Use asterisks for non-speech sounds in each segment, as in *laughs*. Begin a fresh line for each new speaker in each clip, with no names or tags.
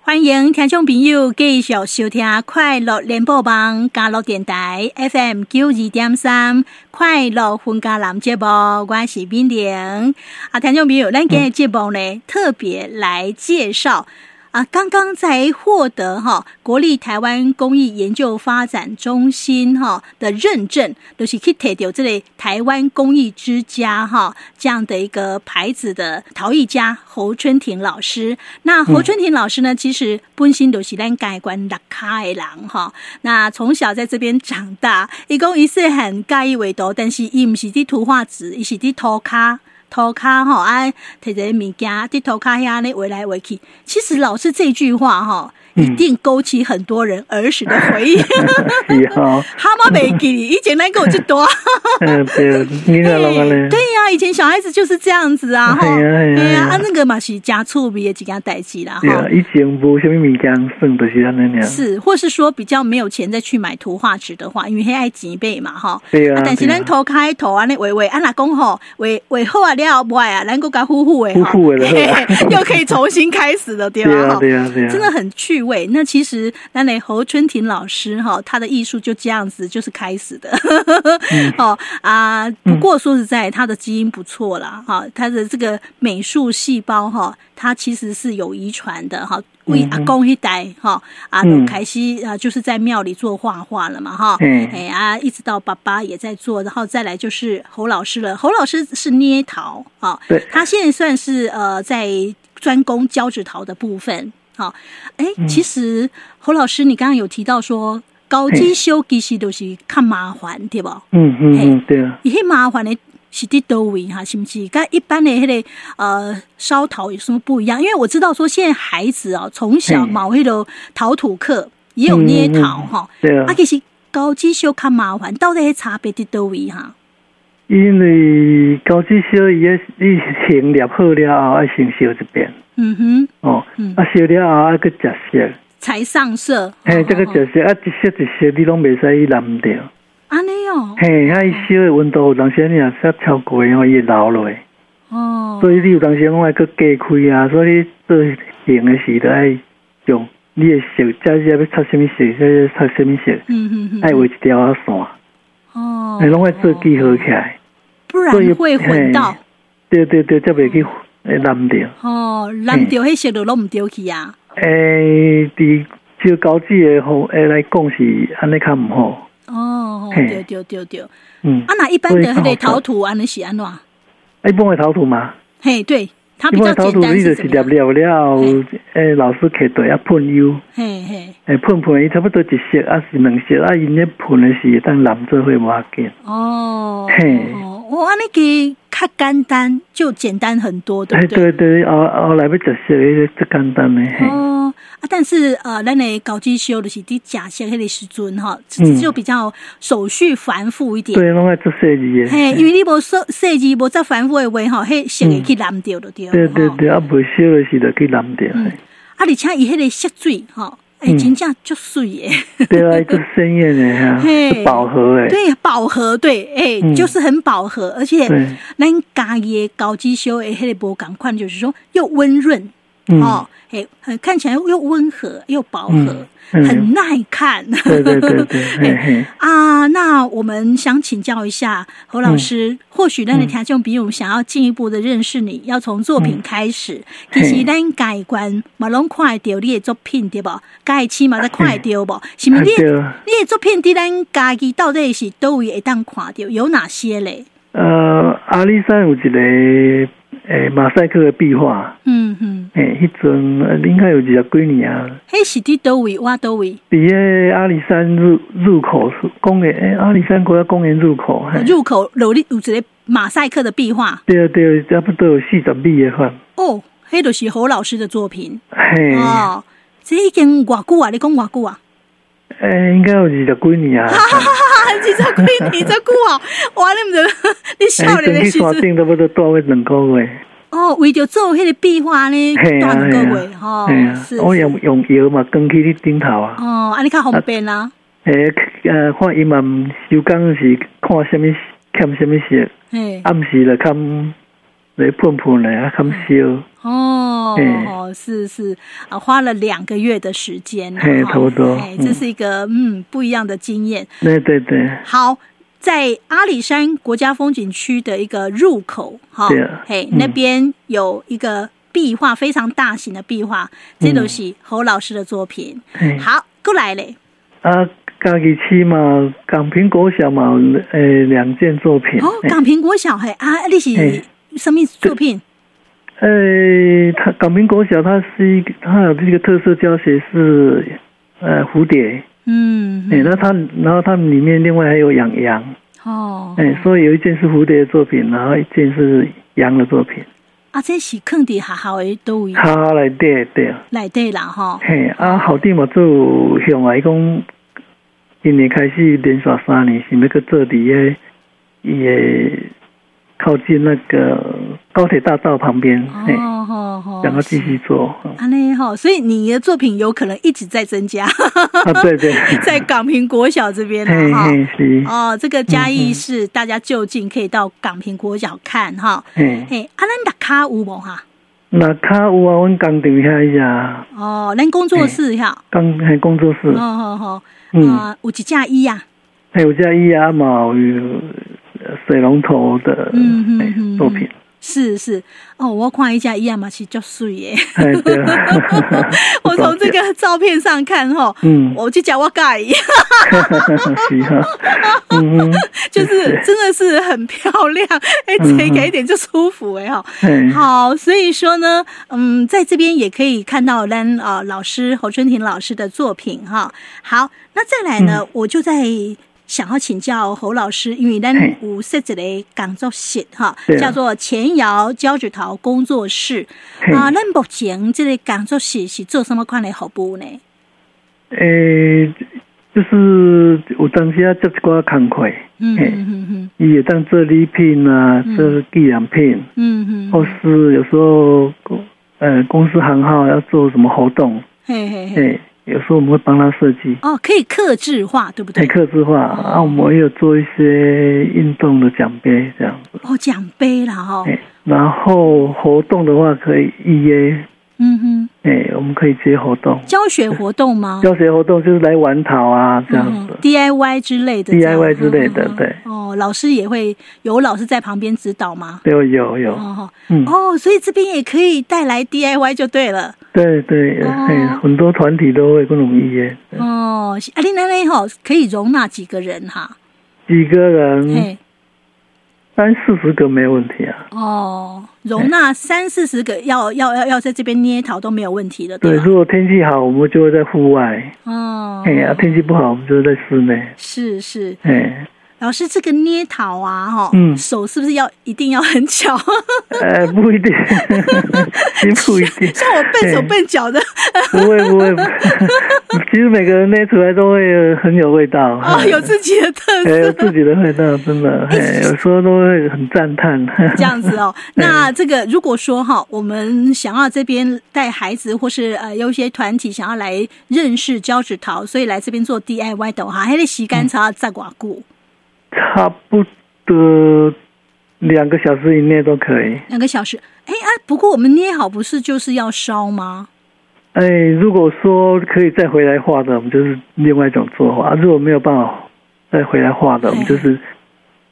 欢迎听众朋友继续收听《快乐联播网》加乐电台 FM 九二点三《快乐分家男》节目，我是敏玲。啊，听众朋友，咱今日节目呢、特别来介绍啊，刚刚才获得哈、国立台湾公益研究发展中心哈、的认证，就是去摕到这类台湾公益之家哈、这样的一个牌子的陶艺家侯春婷老师。那侯春婷老师呢，其实本身就是咱盖关六卡的人哈。那从小在这边长大，伊讲伊是很介意画图，但是伊毋是伫图画纸，伊是伫涂骹。涂骹吼，啊，摕一个物件伫涂骹遐咧画来画去。其实老师这句话吼，
嗯
一定勾起很多人儿时的回忆。 *laughs*
是啊哈，
哈妈袂记哩，以前咱有这段。
嗯，对，你
对
看老板嘞，
对呀、以前小孩子就是这样子啊，吼，
哎呀哎
对
呀
呀，
哎呀
啊，那个嘛是加趣味的几件代志啦，
对啊
吼，。
以前无什么物件算，就是安尼尔。
是，或是说比较没有钱再去买图画纸的话，因为黑爱几倍嘛，吼。
对啊
啊，，但是
对啊
咱头开头安尼画画，啊若讲吼，画画好啊了后，啊，咱国家呼呼的，吼
呼呼的就好啊
嘿 *laughs* 嘿又可以重新开始了，对
对
吧？
啊，
吼
对啊，对啊，
真的很趣味。那其实那嘞侯春婷老师哈，他的艺术就这样子就是开始的。
嗯
*laughs* 哦啊，不过说实在，他的基因不错啦哈，他的这个美术细胞哈，他其实是有遗传的哈。为
嗯
阿公一代哈啊，
嗯
就开始啊，就是在庙里做画画了嘛哈，
嗯
哎啊，一直到爸爸也在做，然后再来就是侯老师了。侯老师是捏陶啊，
对
他现在算是呃在专攻胶纸陶的部分。好、哎、
嗯
其实侯老师，你刚刚有提到说高级修其实都是较麻烦，对不？
嗯嗯嗯，对啊，
伊迄麻烦的是伫倒位哈，是不是？跟一般的迄、那个呃烧陶有什么不一样？因为我知道说现在孩子哦，从小
嘿
毛迄个陶土课也有捏陶
嗯嗯嗯
哈、
对啊
啊，。其实高级修较麻烦，到底迄差别伫倒位哈？
因为高脂烧伊个伊先摄好了后，爱先烧一遍
嗯哼，
哦
嗯，
啊烧了后爱去食色，
才上色。
嘿，这个
哦哦
食色啊一色一色你拢袂使伊淋着，
安尼哦，
嘿，啊伊烧的温度有当时啊你若说超过的话，伊会流落来，
哦，
所以你有当时拢爱去隔开啊，所以做型的时就爱用你的色，这是要插什么色，这是插什么色，
嗯哼哼，
爱画一条线，
哦，
哎，拢爱做几何起来。
不然会混到
对对对，才袂去呃诶淋着。
哦，染掉迄色就拢毋掉去啊。
诶、哎伫照高级诶方诶来讲是安尼较毋好。
哦，
嘿
对对对对，啊，
嗯，
那一般的迄
所
个
以较好
陶土安尼是安怎？
一般诶陶土嘛，
嘿，对，它
一
比较
般诶陶
简
土
单
你就是是
什么
捏
样？
了了
嘿，
诶、老师摕对啊喷油，
嘿嘿，
诶喷喷伊差不多一色啊是两色啊，因咧喷诶是会当淋做伙无要紧。
哦，
嘿
哦，我安尼给较简单，就简单很多，对
哎、
不对？
对对，后后来要食色迄个最简单诶。嘿、
哦，啊，但是呃，咱的搞机修就是伫假设迄个时阵哈，
嗯
就比较手续繁复一点。
对，拢爱做设计诶。
嘿，因为你无设设计无再繁复的话吼，迄色会去染掉就对了。
嗯对对
吼
对，啊袂烧诶时就去淋着。嘿
啊，而且伊迄个色水吼，哎、
嗯
真正足水诶，
对啊，做鲜艳诶啊，
嘿
是饱和
*laughs*
诶。
对，饱和，对，哎、
嗯
就是很饱和，而且
对
咱家己的高级修诶，迄个无共款，就是说又温润、
嗯
哦，哎、很看起来又温和又饱和，
嗯嗯
很耐看。 *laughs*
对对对对，嘿嘿，
啊，那我们想请教一下侯老师，或许咱的听众朋友想要进一步的认识你，要从作品开始。
嗯
其实
嘿
咱改观嘛，拢看得到你的作品对不？改期嘛，才看得到不？是不是你
对
的你的作品，伫咱家己到底是都位会当看到，有哪些嘞？
呃，阿里山有一个诶马赛克的壁画，
嗯哼，
诶，迄阵呃应该有二十几年啊。
迄是伫都位，我都位
伫个阿里山入入口处公园，诶，阿里山国家公园入口，嘿
入口有你有一个马赛克的壁画
对啊对啊，差不多有四十米的范，
哦，迄就是侯老师的作品
嘿，
哦。这已经偌久啊，你讲偌久啊？
诶，哎应该有二十几年啊。
啊，二十几年才久哦，哇，你毋知，你少年
诶，哎整
的
去
时
山
阵，
顶差不多住了两个月，
哦，为着做迄个壁画呢，
嘿啊
断
嘿
个
啊
月，吼
嘿啊，
哦是，
我
是
用用药嘛，扛去你顶头啊。
哦，安尼较方便啦，
诶，呃，看伊嘛毋收工是看什么欠什么色，
嘿，
暗时就看来喷喷嘞，啊，砍烧，
哦
哎，
哦，是是啊，花了两个月的时间啊，
嘿
哈
差不多
哎，这
嗯
是一个嗯不一样的经验。
对对对，
好，在阿里山国家风景区的一个入口，哈
对啊，
嘿，
嗯
那边有一个壁画，非常大型的壁画，这
嗯
都是侯老师的作品。
嘿，
好，过来嘞，
啊，家己市嘛，港平国小嘛，诶，两件作品，哎
哦，
嘿
港苹果小孩啊，你是
嘿
什么作品？
呃，它港平国小它是一个，它有这个特色教学是，呃，蝴蝶，
嗯，
哎、那它然后它们里面另外还有养羊，
哦，
哎、所以有一件是蝴蝶的作品，然后一件是羊的作品，
啊，这是坑伫学校的都位
好来对对，
内底啦，哈，
嘿，啊，校长嘛做向外讲，今年开始连续三年是要去做伫个伊个靠近那个高铁大道旁边，嘿、
哦，吼吼，
然后继续
*laughs*
做，哦
啊嘞哈，所以你的作品有可能一直在增
*laughs*
加，
啊对
*laughs*
对
在港平国小这边
嘿
了哈。
嘿嗯是，
哦，这个嘉义市大家就近可以到港平国小看哈。
嘿。
嘿，啊，咱打卡有无哈？
那卡有啊，阮工厂遐呀，
哦，咱工作室哈。
工嘿工作室
哦，哦哦，
嗯，
啊，有一架衣啊。
还有加伊啊毛有水龙头的
嗯嗯
嘿
嗯
作品，
是是哦，我看一下伊啊嘛是足水耶，
*laughs* 哎对，
嗯 *laughs* 我从
*laughs*
这个照片上看吼，
嗯， *laughs*
我就讲我盖，
是哈，嗯，
就是真的是很漂亮，
*laughs*
哎，这个一点就舒服哎哈。
嘿，
好，所以说呢，嗯，在这边也可以看到咱呃老师侯春婷老师的作品哈。好，那再来
嗯
呢，我就在想要请教侯老师，因为咱
嘿
有设置的工作室哈
对，啊
叫做前摇胶纸桃工作室
嘿
啊。咱目前这个工作室是做什么款的服务呢？
诶，就是有当时啊接一寡工课，
嗯
嘿
嗯嗯
伊会当做礼品啊
嗯，
做纪念品，
嗯嗯
或
嗯，
是有时候公呃公司行号要做什么活动，
嘿嘿嘿，
嘿，有时候我们会帮他设计。
哦，可以克制化，对不对？
很克制化，啊，我们也有做一些运动的奖杯这样子，
哦，奖杯啦哈，
哎、然后活动的话可以预约，
嗯嗯，
哎、我们可以接活动，
教学活动吗？
教学活动就是来玩陶啊这样
嗯
子，
DIY 之类的
DIY
这样
之类的
嗯嗯嗯
对
哦，老师也会有老师在旁边指导吗？
对，有有，
哦
嗯，
哦，所以这边也可以带来 DIY 就对了。
对对，
哦
哎、很多团体都会跟我们预约，
哦，是啊，你奶奶吼可以容纳几个人哈？
几个人
嘿，
三四十个没问题啊，
哦，
哎
容纳三四十个，要要要要在这边捏陶都没有问题的，
对，
吧？
如果天气好，我们就会在户外，
啊哦，
哎、啊，天气不好，我们就会在室内，
是是，
哎、
老师这个捏陶啊，哈，
嗯
手是不是要一定要很巧？ *laughs*
呃，不一定，其实不一定，哎
像我笨手笨脚的，
不会不
*laughs*
会，不会其实每个人捏出来都会呃很有味道
哦，有自己的特
哎
色。
有自己的味道，真的，
*laughs*
哎，有时候都会很赞叹。
这样子哦。
哎
那这个如果说哈，我们想要这边带孩子，或是呃有一些团体想要来认识胶纸陶，所以来这边做 DIY 的话，还得洗
嗯
干茶再寡固，
*laughs* 差不多两个小时以内都可以。
两个小时。哎啊，不过我们捏好不是就是要烧吗？
哎，如果说可以再回来画的，我们就是另外一种做法；如果没有办法再回来画的，我们就是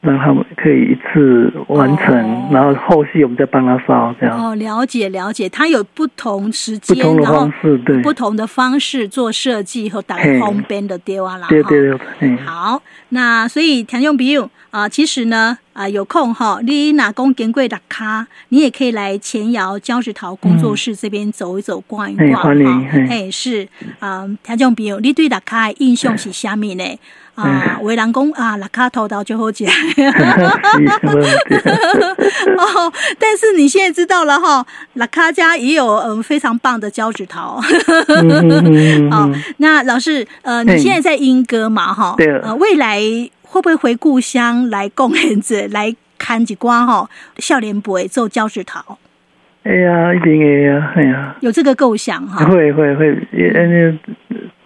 让他们可以一次完成
哦，
然后后续我们再帮他烧，这样
哦，了解了解，它有不同时
不
间，
同的
然后
方式，对，
不同的方式做设计和打
嘿
烘边的雕啊啦。
对
哈
对对，嗯。
好，那所以田用比用啊，其实呢啊、有空哈，你哪公经过打卡，你也可以来前窑胶石陶工作室这边走一走、逛一逛
嘿欢迎
哈
嘿
嘿，是啊，田用比用，你对打卡的印象是虾米呢？啊，为人讲啊，打卡头刀就好解
是没问题。
*laughs* 哦。但是你现在知道了哈，拉卡家也有嗯非常棒的胶纸陶。
嗯嗯嗯
哦
嗯，
*laughs* 那老师，呃，你
嘿
现在在英歌嘛，哈，
对
呃，未来会不会回故乡来贡献者 *laughs* 来看一寡哈笑脸杯做胶纸桃，
哎呀，一定会啊，哎呀，
有这个构想哈？
会会会，也嗯，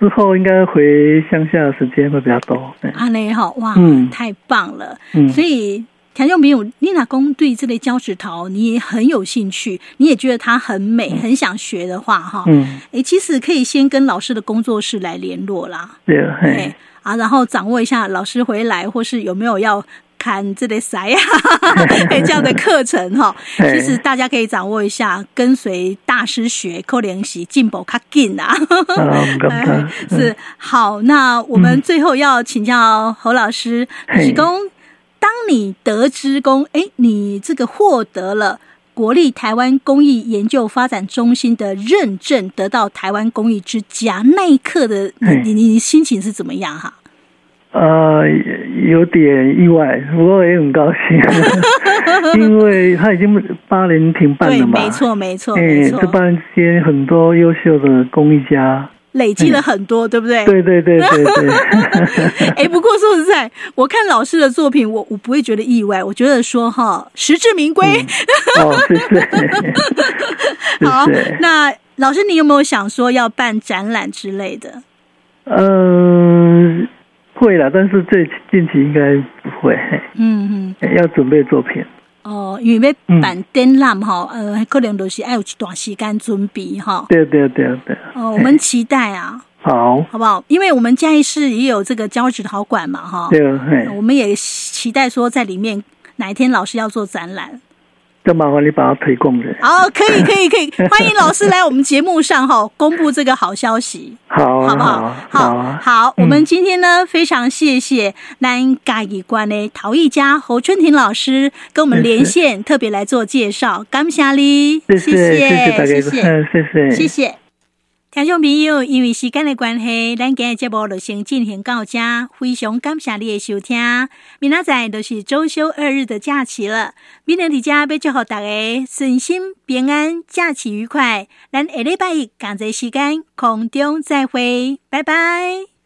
之后应该回乡下的时间会比较多。哎
啊阿雷哈，哇，
嗯
太棒了！
嗯
所以。听众朋友，你若讲对这类胶纸陶你也很有兴趣，你也觉得它很美，很想学的话，哈，
嗯，
诶，其实可以先跟老师的工作室来联络啦，
对，嘿
哎，啊，然后掌握一下老师回来或是有没有要看这类啥呀，
*laughs*
哎，这样的课程哈，其
嘿
实大家可以掌握一下，跟随大师学，扣联系进步较紧啊。
啊，唔敢
哎
当，
是好，那我们最后要请教侯老师，
嘿
是公，当你得知公，哎，你这个获得了国立台湾工艺研究发展中心的认证，得到台湾工艺之家那一刻的你，
嘿
你你你心情是怎么样哈？
呃，有点意外，不过也很高兴，
*laughs*
因为他已经八年停办
对，
了嘛，
没，错，没错，没
哎，
错
这，八年间很多优秀的工艺家，
累积了很多，对不对？
对对对对对，
*laughs* 哎，不过说实在，我看老师的作品，我我不会觉得意外，我觉得说哈，实至名归。
哦，谢谢，
好
谢谢，。
*laughs* 那老师，你有没有想说要办展览之类的？
嗯、会啦，但是最近期应该不会，
嗯嗯，
嘿要准备作品。
哦，因为要
嗯
办展览哈，呃，可能都是要有一段时间准备哈。
对对对对，
哦，我们期待啊，
好，
好不好？因为我们嘉义市也有这个胶纸陶馆嘛哈，呃
对，嘿，
我们也期待说在里面哪一天老师要做展览。
就麻烦你把它推广了。
好，可以可以可以，
*laughs*
欢迎老师来我们节目上哈，公布这个好消息。
好啊，
好不好？
啊
好
好啊，
好我
嗯
们今天呢，非常谢谢南嘉义关的陶艺家侯春婷老师跟我们连
*laughs*
线，特别来做介绍，感谢你，
谢谢
谢
谢大
谢
家，
谢，
嗯，谢谢，
谢谢。听众朋友，因为时间的关系，咱今日节目就先进行到这，非常感谢你的收听。明仔载就是周休二日的假期了，明天在家要祝福大家身心平安，假期愉快。咱下礼拜一同齐时间空中再会，拜拜。